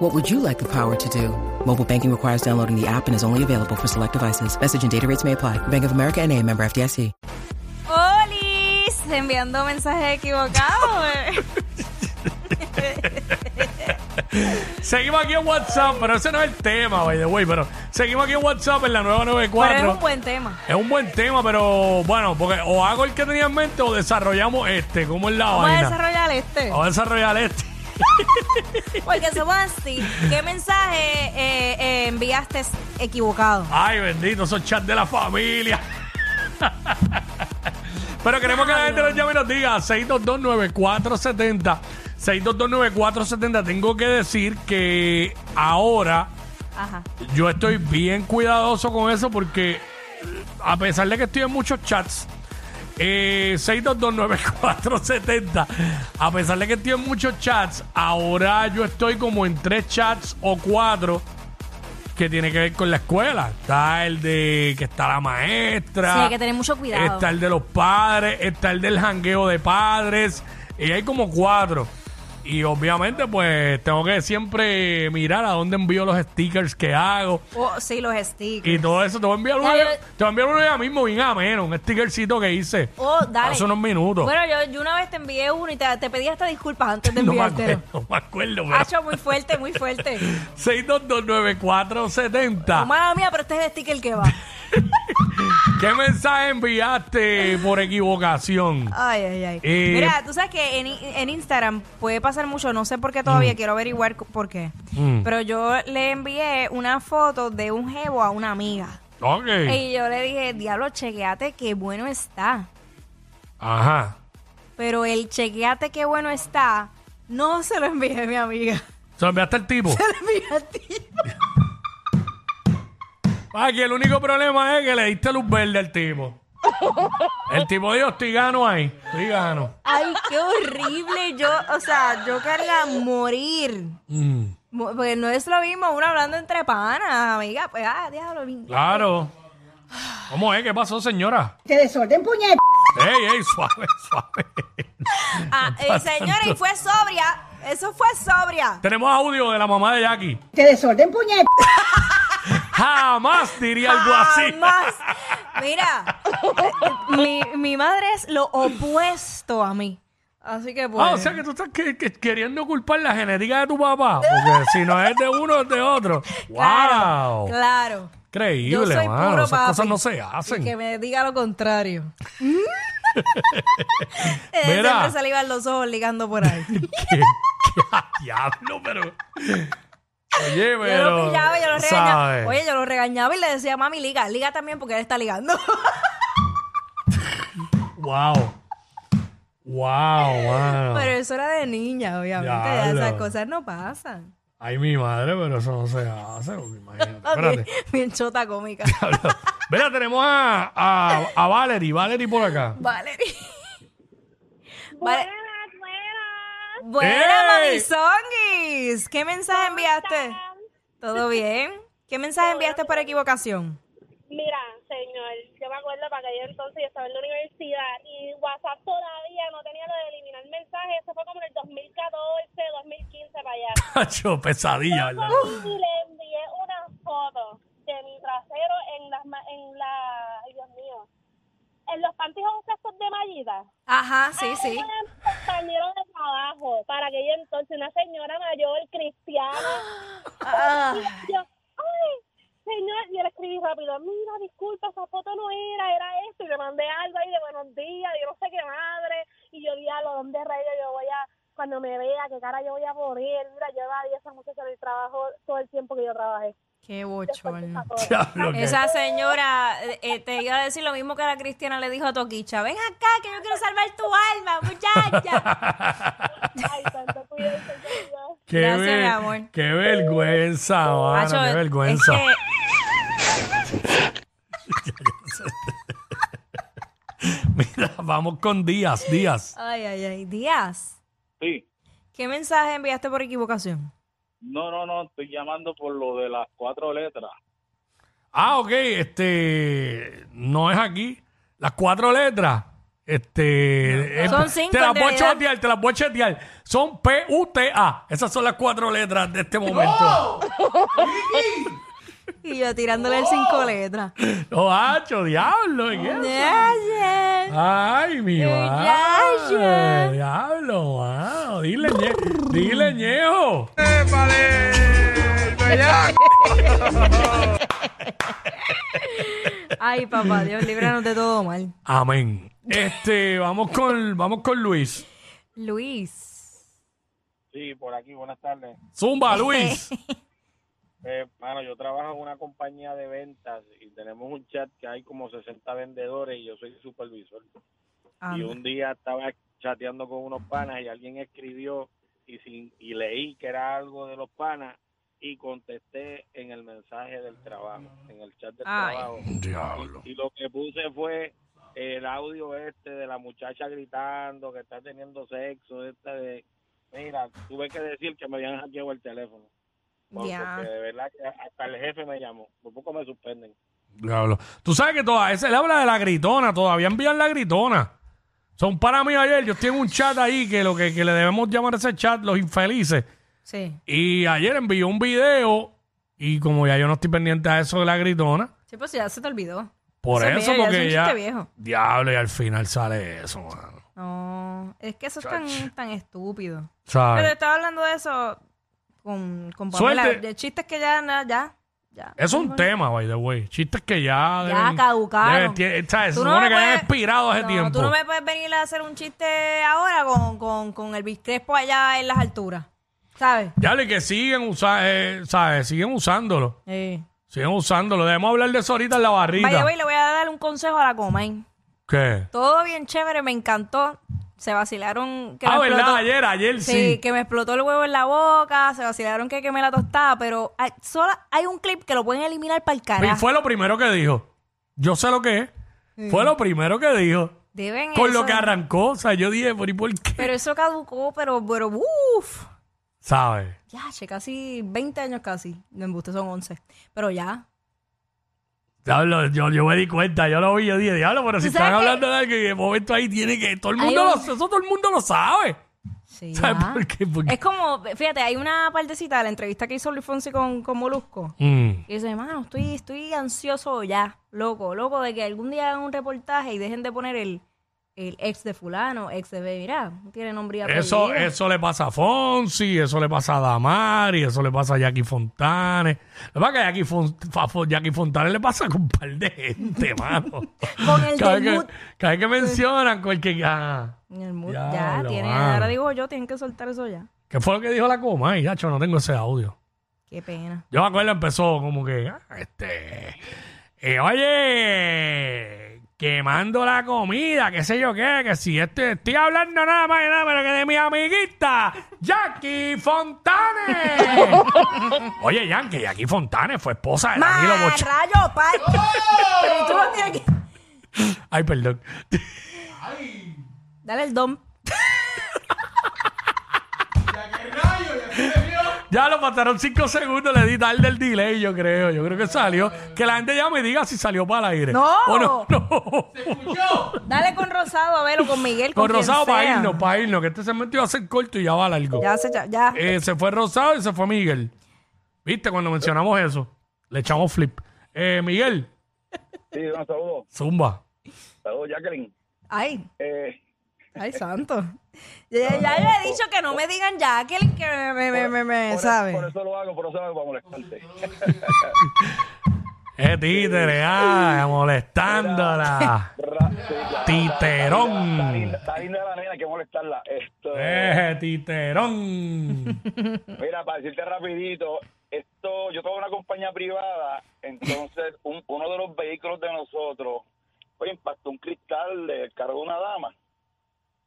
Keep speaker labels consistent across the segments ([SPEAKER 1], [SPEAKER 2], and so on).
[SPEAKER 1] What would you like the power to do? Mobile banking requires downloading the app and is only available for select devices. Message and data rates may apply. Bank of America and a member FDIC.
[SPEAKER 2] ¡Olis! Enviando mensajes equivocados. eh.
[SPEAKER 3] Seguimos aquí en WhatsApp, pero ese no es el tema, by the way, pero seguimos aquí en WhatsApp en la nueva
[SPEAKER 2] Pero es un
[SPEAKER 3] 94.
[SPEAKER 2] buen tema.
[SPEAKER 3] Es un buen tema, pero bueno, porque o hago el que tenía en mente o desarrollamos este, ¿cómo es la
[SPEAKER 2] Vamos a
[SPEAKER 3] vaina?
[SPEAKER 2] desarrollar este.
[SPEAKER 3] Vamos a desarrollar este.
[SPEAKER 2] Porque somos así. ¿Qué mensaje eh, eh, enviaste equivocado?
[SPEAKER 3] Ay, bendito, esos chats de la familia. Pero queremos que la gente nos llame y nos diga 6229470. 6229470. Tengo que decir que ahora
[SPEAKER 2] Ajá.
[SPEAKER 3] yo estoy bien cuidadoso con eso porque a pesar de que estoy en muchos chats, eh, 6229470, a pesar de que estoy en muchos chats, ahora yo estoy como en tres chats o cuatro que tiene que ver con la escuela. Está el de que está la maestra.
[SPEAKER 2] Sí, hay que tener mucho cuidado.
[SPEAKER 3] Está el de los padres, está el del jangueo de padres, y hay como cuatro. Y obviamente, pues tengo que siempre mirar a dónde envío los stickers que hago
[SPEAKER 2] Oh, sí, los stickers.
[SPEAKER 3] y todo eso. Te voy a enviar uno,
[SPEAKER 2] Ya, yo-
[SPEAKER 3] ya- te voy a enviar uno ya mismo, bien ameno, un stickercito que hice
[SPEAKER 2] Oh, dale.
[SPEAKER 3] hace unos minutos.
[SPEAKER 2] Bueno, yo, yo una vez te envié uno y te, te pedí hasta disculpas antes de
[SPEAKER 3] no, me
[SPEAKER 2] enviártelo.
[SPEAKER 3] acuerdo, no me acuerdo, pero.
[SPEAKER 2] Hacho, muy fuerte, muy fuerte.
[SPEAKER 3] 6229470. Ah.
[SPEAKER 2] Oh, madre mía, pero este es el sticker que va.
[SPEAKER 3] ¿Qué mensaje enviaste por equivocación?
[SPEAKER 2] Ay, ay, ay.
[SPEAKER 3] Eh,
[SPEAKER 2] Mira, tú sabes que en, en Instagram puede pasar mucho, no sé por qué todavía, quiero averiguar cu- por qué. Pero yo le envié una foto de un jevo a una amiga.
[SPEAKER 3] Ok.
[SPEAKER 2] Y yo le dije, diablo, chequeate qué bueno está.
[SPEAKER 3] Ajá.
[SPEAKER 2] Pero el chequeate qué bueno está, no se lo envié a mi amiga.
[SPEAKER 3] ¿Se lo enviaste al tipo?
[SPEAKER 2] Se lo envié a ti.
[SPEAKER 3] Aquí el único problema es que le diste luz verde al tipo. El tipo dijo, estoy gano ahí. Estoy gano.
[SPEAKER 2] Ay, qué horrible. Yo, o sea, yo quería morir.
[SPEAKER 3] Mm,
[SPEAKER 2] Mo- Porque no es lo mismo uno hablando entre panas, amiga. Pues, ah, diablo. mi-
[SPEAKER 3] claro. ¿Cómo es? ¿Qué pasó, señora?
[SPEAKER 4] ¡Que desorden, puñet!
[SPEAKER 3] Ey, ey, suave, suave.
[SPEAKER 2] Ah, eh, señora, y fue sobria. Eso fue sobria.
[SPEAKER 3] Tenemos audio de la mamá de Jackie.
[SPEAKER 4] ¡Que desorden, puñet!
[SPEAKER 3] Jamás diría algo así.
[SPEAKER 2] Jamás. Mira, mi, mi madre es lo opuesto a mí. Así que pues.
[SPEAKER 3] Ah, o sea que tú estás que- que- queriendo culpar la genética de tu papá. Porque si no es de uno, es de otro.
[SPEAKER 2] claro,
[SPEAKER 3] ¡Wow!
[SPEAKER 2] Claro. Yo
[SPEAKER 3] Increíble,
[SPEAKER 2] soy
[SPEAKER 3] mano.
[SPEAKER 2] puro
[SPEAKER 3] Esas
[SPEAKER 2] papi.
[SPEAKER 3] cosas no se hacen.
[SPEAKER 2] Y que me diga lo contrario. Eh,
[SPEAKER 3] Mira.
[SPEAKER 2] Siempre se le iban los ojos ligando por ahí.
[SPEAKER 3] ¿Qué, qué diablo, pero. Oye, pero.
[SPEAKER 2] yo lo pillaba, yo lo regañaba.
[SPEAKER 3] ¿sabes?
[SPEAKER 2] Oye, yo lo regañaba y le decía, mami, liga, liga también porque él está ligando.
[SPEAKER 3] Wow. Wow, mano.
[SPEAKER 2] Pero eso era de niña, obviamente. ya
[SPEAKER 3] Diablo.
[SPEAKER 2] esas cosas no pasan.
[SPEAKER 3] Ay, mi madre, pero eso no se hace. porque Imagínate.
[SPEAKER 2] Bien,
[SPEAKER 3] Espérate.
[SPEAKER 2] bien chota cómica.
[SPEAKER 3] Mira, tenemos a, a, a Valerie. Valerie por acá.
[SPEAKER 2] Valerie. Vale. Buenas,
[SPEAKER 3] ¡Ey!
[SPEAKER 2] mamisonguis. ¿Qué mensaje enviaste? ¿Todo bien? ¿Qué mensaje enviaste por equivocación?
[SPEAKER 5] Mira, señor, yo me acuerdo para aquel entonces yo estaba en la universidad y WhatsApp todavía no tenía lo de eliminar mensajes. Eso fue como en el 2014, 2015 para allá.
[SPEAKER 3] Hacho, pesadilla, ¿verdad?
[SPEAKER 5] Y le envié una foto de mi trasero en las... ma- En la ay, Dios mío. En los pantijos estos de mallita.
[SPEAKER 2] Ajá, sí, sí.
[SPEAKER 5] Salieron de trabajo para aquel entonces una señora mayor cristiana.
[SPEAKER 2] Ah,
[SPEAKER 5] yo, ay, señor, yo le escribí rápido, mira, disculpa, esa foto no era, era esto, y le mandé algo ahí de buenos días, yo no sé qué madre, y yo diablo, ¿dónde rayo yo voy a, cuando me vea, qué cara yo voy a poner, mira, yo daría esa muchacha del trabajo todo el tiempo que yo trabajé.
[SPEAKER 2] qué bochorno.
[SPEAKER 3] Diablo, que-
[SPEAKER 2] Esa señora eh, eh, te iba a decir lo mismo que la Cristiana le dijo a Toquicha. Ven acá, que yo quiero salvar tu alma, muchacha.
[SPEAKER 5] Ay, tanto cuidado, tanto cuidado.
[SPEAKER 3] Qué
[SPEAKER 2] Gracias,
[SPEAKER 3] ver-
[SPEAKER 2] mi amor.
[SPEAKER 3] Qué vergüenza, mano,
[SPEAKER 2] Macho,
[SPEAKER 3] qué vergüenza.
[SPEAKER 2] Es que
[SPEAKER 3] Mira, vamos con Díaz, Díaz.
[SPEAKER 2] Ay, ay, ay. Díaz,
[SPEAKER 6] Sí.
[SPEAKER 2] ¿qué mensaje enviaste por equivocación?
[SPEAKER 6] No, no, no, estoy llamando por lo de las cuatro letras.
[SPEAKER 3] Ah, ok, este. No es aquí. Las cuatro letras. Este.
[SPEAKER 2] Son
[SPEAKER 3] eh,
[SPEAKER 2] cinco,
[SPEAKER 3] Te las
[SPEAKER 2] en
[SPEAKER 3] voy a
[SPEAKER 2] realidad.
[SPEAKER 3] chotear, te las voy a chotear. Son P-U-T-A. Esas son las cuatro letras de este momento.
[SPEAKER 2] Y yo tirándole el cinco letras.
[SPEAKER 3] ¡Oh, hacho, diablo! ¿qué es?
[SPEAKER 2] Gracias.
[SPEAKER 3] ¡Ay,
[SPEAKER 2] Eh,
[SPEAKER 3] mi madre!
[SPEAKER 2] gracias.
[SPEAKER 3] ¡Diablo, wow! Dile, ñe- dile, ñejo.
[SPEAKER 2] Ay, papá, Dios, líbranos de todo mal.
[SPEAKER 3] Amén. Este, vamos con, vamos con Luis.
[SPEAKER 2] Luis,
[SPEAKER 6] Sí, por aquí, buenas tardes.
[SPEAKER 3] Zumba, Luis.
[SPEAKER 6] Eh, mano, yo trabajo en una compañía de ventas y tenemos un chat que hay como 60 vendedores y yo soy supervisor. Y
[SPEAKER 2] anda.
[SPEAKER 6] un día estaba chateando con unos panas y alguien escribió y, sin, y leí que era algo de los panas y contesté en el mensaje del trabajo, en el chat del
[SPEAKER 2] Ay.
[SPEAKER 6] trabajo.
[SPEAKER 3] Diablo.
[SPEAKER 6] Y lo que puse fue el audio este de la muchacha gritando que está teniendo sexo, esta de... Mira, tuve que decir que me habían hackeado el teléfono. Por-
[SPEAKER 2] Ya.
[SPEAKER 6] Porque de verdad que hasta el jefe me llamó. Por poco me suspenden.
[SPEAKER 3] Diablo. Tú sabes que todavía se le habla de la gritona, todavía envían la gritona. Son para mí ayer, yo tengo un chat ahí que lo que, que le debemos llamar a ese chat, los infelices.
[SPEAKER 2] Sí.
[SPEAKER 3] Y ayer envió un video y como ya yo no estoy pendiente a eso de la gritona,
[SPEAKER 2] Sí, pues ya se te olvidó.
[SPEAKER 3] por
[SPEAKER 2] Eso es
[SPEAKER 3] eso,
[SPEAKER 2] viejo, ya es
[SPEAKER 3] porque
[SPEAKER 2] un
[SPEAKER 3] ya...
[SPEAKER 2] chiste viejo.
[SPEAKER 3] Diablo, y al final sale eso, mano.
[SPEAKER 2] No, es que eso es tan,
[SPEAKER 3] Chacho.
[SPEAKER 2] tan estúpido.
[SPEAKER 3] ¿Sabes?
[SPEAKER 2] Pero estaba hablando de eso con, con Pamela.
[SPEAKER 3] Suerte.
[SPEAKER 2] De chistes que ya, na- ya, ya.
[SPEAKER 3] Es un tema, by the way. Chistes que ya.
[SPEAKER 2] Ya caducaron.
[SPEAKER 3] deben- tie- ¿sabes? Se
[SPEAKER 2] Tú no me
[SPEAKER 3] supone que hayan
[SPEAKER 2] puedes-
[SPEAKER 3] expirado hace
[SPEAKER 2] No,
[SPEAKER 3] tiempo.
[SPEAKER 2] Tú no me puedes venir a hacer un chiste ahora con, con, con el Biscrespo allá en las alturas. ¿Sabes?
[SPEAKER 3] Ya le que siguen usando, ¿sabes? Siguen usándolo.
[SPEAKER 2] Eh.
[SPEAKER 3] Siguen usándolo. Debemos hablar de eso ahorita en la
[SPEAKER 2] By the
[SPEAKER 3] barrita.
[SPEAKER 2] way, le voy a dar un consejo a la Comain.
[SPEAKER 3] ¿Qué?
[SPEAKER 2] Todo bien chévere, me encantó. Se vacilaron. Que
[SPEAKER 3] Ah,
[SPEAKER 2] me
[SPEAKER 3] ¿verdad?
[SPEAKER 2] explotó-
[SPEAKER 3] Ayer, ayer sí.
[SPEAKER 2] Sí, que me explotó el huevo en la boca, se vacilaron que quemé la tostada, pero hay, solo hay un clip que lo pueden eliminar para el
[SPEAKER 3] Y
[SPEAKER 2] carajo.
[SPEAKER 3] fue lo primero que dijo. Yo sé lo que es. Fue lo primero que dijo.
[SPEAKER 2] Deben
[SPEAKER 3] Con
[SPEAKER 2] eso.
[SPEAKER 3] lo que arrancó. O sea, yo dije, ¿por, y por qué?
[SPEAKER 2] Pero eso caducó, pero, pero, uff.
[SPEAKER 3] ¿Sabes?
[SPEAKER 2] Ya, che, casi 20 años casi. No embuste, son 11. Pero ya.
[SPEAKER 3] Diablo, yo, yo me di cuenta, yo lo vi, yo dije, diablo, pero si
[SPEAKER 2] ¿Tú sabes
[SPEAKER 3] están
[SPEAKER 2] que-
[SPEAKER 3] hablando de algo y de momento ahí tiene que, todo el
[SPEAKER 2] Hay
[SPEAKER 3] mundo
[SPEAKER 2] un-
[SPEAKER 3] lo, eso todo el mundo lo sabe.
[SPEAKER 2] Sí,
[SPEAKER 3] ¿Sabes
[SPEAKER 2] ya.
[SPEAKER 3] por qué? Porque-
[SPEAKER 2] Es como, fíjate, hay una partecita de la entrevista que hizo Luis Fonsi con, con Molusco.
[SPEAKER 3] Mm.
[SPEAKER 2] Y dice, mano, estoy, estoy ansioso ya, loco, loco, de que algún día hagan un reportaje y dejen de poner el, el ex de fulano, ex de... Mira, no tiene nombre y apellido.
[SPEAKER 3] Eso, eso le pasa a Fonsi, eso le pasa a Damari, eso le pasa a Jackie Fontane. Lo que pasa es que a Jackie, Fon- fa- fo- Jackie Fontane le pasa con un par de gente, mano.
[SPEAKER 2] Con el
[SPEAKER 3] cada, vez
[SPEAKER 2] del mood.
[SPEAKER 3] que, cada vez que mencionan cualquier... ah,
[SPEAKER 2] En el mood,
[SPEAKER 3] Ya,
[SPEAKER 2] ya,
[SPEAKER 3] lo
[SPEAKER 2] tiene,
[SPEAKER 3] mano.
[SPEAKER 2] ahora digo yo, tienen que soltar eso ya.
[SPEAKER 3] ¿Qué fue lo que dijo la coma? Ay, yacho, no tengo ese audio.
[SPEAKER 2] Qué pena.
[SPEAKER 3] Yo me acuerdo, empezó como que, ah, este, eh, oye, quemando la comida, qué sé yo qué, que si este, estoy hablando nada más y nada menos que de mi amiguita, Jackie Fontane. oye, Yankee, Jackie Fontane fue esposa de Danilo
[SPEAKER 2] ¡Ah,
[SPEAKER 3] Bochá.
[SPEAKER 2] rayo, pa! Pero tú no tienes que...
[SPEAKER 3] Ay, perdón.
[SPEAKER 2] Dale el dom.
[SPEAKER 3] Ya lo mataron cinco segundos, le di darle el delay, yo creo. Yo creo que salió. Que la gente ya me diga si salió para el aire.
[SPEAKER 2] No.
[SPEAKER 3] O no, no.
[SPEAKER 2] Dale con Rosado, a ver, o con Miguel, con,
[SPEAKER 3] Con Rosado
[SPEAKER 2] quien sea.
[SPEAKER 3] para irnos, para irnos, que este se metió a hacer corto y ya va largo.
[SPEAKER 2] Ya, se, ya, ya.
[SPEAKER 3] Eh, se fue Rosado y se fue Miguel. ¿Viste? Cuando mencionamos eso, le echamos flip. Eh, Miguel,
[SPEAKER 6] Sí, un saludo.
[SPEAKER 3] zumba.
[SPEAKER 6] Saludos, Jacqueline.
[SPEAKER 2] Ay,
[SPEAKER 6] Eh,
[SPEAKER 2] ay, santo. Ya, ya- ya le he dicho que no me digan Jacqueline, que me, me, me, me, me, ¿sabes?
[SPEAKER 6] lo hago, por eso lo hago para molestarte.
[SPEAKER 3] Eh, títere, ah, molestándola. Titerón.
[SPEAKER 6] Está linda la nena, hay que molestarla. Este, Esto,
[SPEAKER 3] Eh, titerón.
[SPEAKER 6] Mira, para decirte rapidito, esto, yo tengo una compañía privada, entonces un- uno de los vehículos de nosotros pues, impactó un cristal del carro de una dama.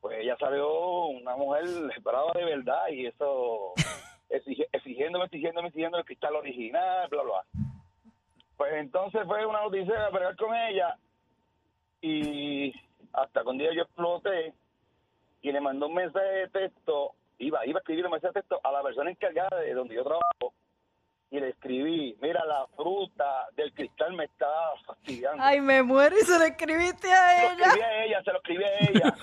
[SPEAKER 6] Pues ella salió una mujer brava de verdad y eso exige- exigiéndome, exigiéndome, exigiéndome el cristal original, bla, bla. Pues entonces fue una noticia a pelear con ella y hasta que un día yo exploté y le mandé un mensaje de texto, iba, iba a escribir un mensaje de texto a la persona encargada de donde yo trabajo y le escribí, mira, la fruta del cristal me está fastidiando.
[SPEAKER 2] Ay, me muero y se lo escribiste a
[SPEAKER 6] Se lo
[SPEAKER 2] ella.
[SPEAKER 6] escribí a ella, se lo escribí a ella.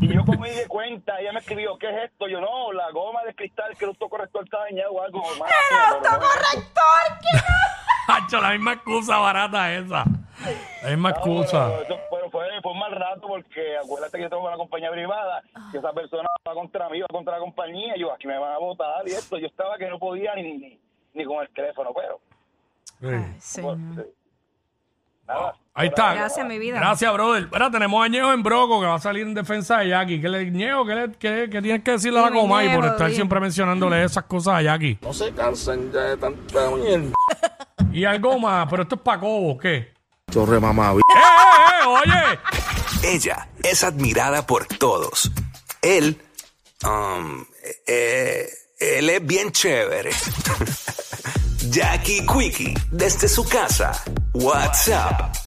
[SPEAKER 6] Y yo como me di cuenta, ella me escribió, ¿qué es esto? Yo no, la goma de cristal que el autocorrector está dañado o algo. más.
[SPEAKER 2] ¡Autocorrector! ¿qué
[SPEAKER 3] Hacho, la misma excusa barata esa. La misma excusa.
[SPEAKER 6] Pero, eso- pero fue, fue un mal rato porque acuérdate que yo tengo una compañía privada y esa persona va contra mí, va contra la compañía. Yo aquí me van a votar y esto. Yo estaba que no podía ni, ni, ni con el teléfono, pero.
[SPEAKER 3] Sí.
[SPEAKER 2] Ay, señor.
[SPEAKER 6] pues, nada.
[SPEAKER 3] Ahí está.
[SPEAKER 2] Gracias, mi vida.
[SPEAKER 3] Gracias, brother. Espera, tenemos a Ñejo en Broco que va a salir en defensa de Jackie. ¿Qué le, Ñejo, qué, le- qué- qué tienes que decirle a la
[SPEAKER 2] Dime,
[SPEAKER 3] Comay por
[SPEAKER 2] Ñejo,
[SPEAKER 3] estar
[SPEAKER 2] dime.
[SPEAKER 3] siempre mencionándole esas cosas a Jackie?
[SPEAKER 7] No se cansan ya de tanta mierda.
[SPEAKER 3] Y algo más, pero esto es para Cobo, ¿qué? ¡Eh,
[SPEAKER 7] Chorre mamá.
[SPEAKER 3] eh, eh! Oye,
[SPEAKER 8] Ella es admirada por todos. Él, um, eh, él es bien chévere. Jackie Quickie, desde su casa. What's up?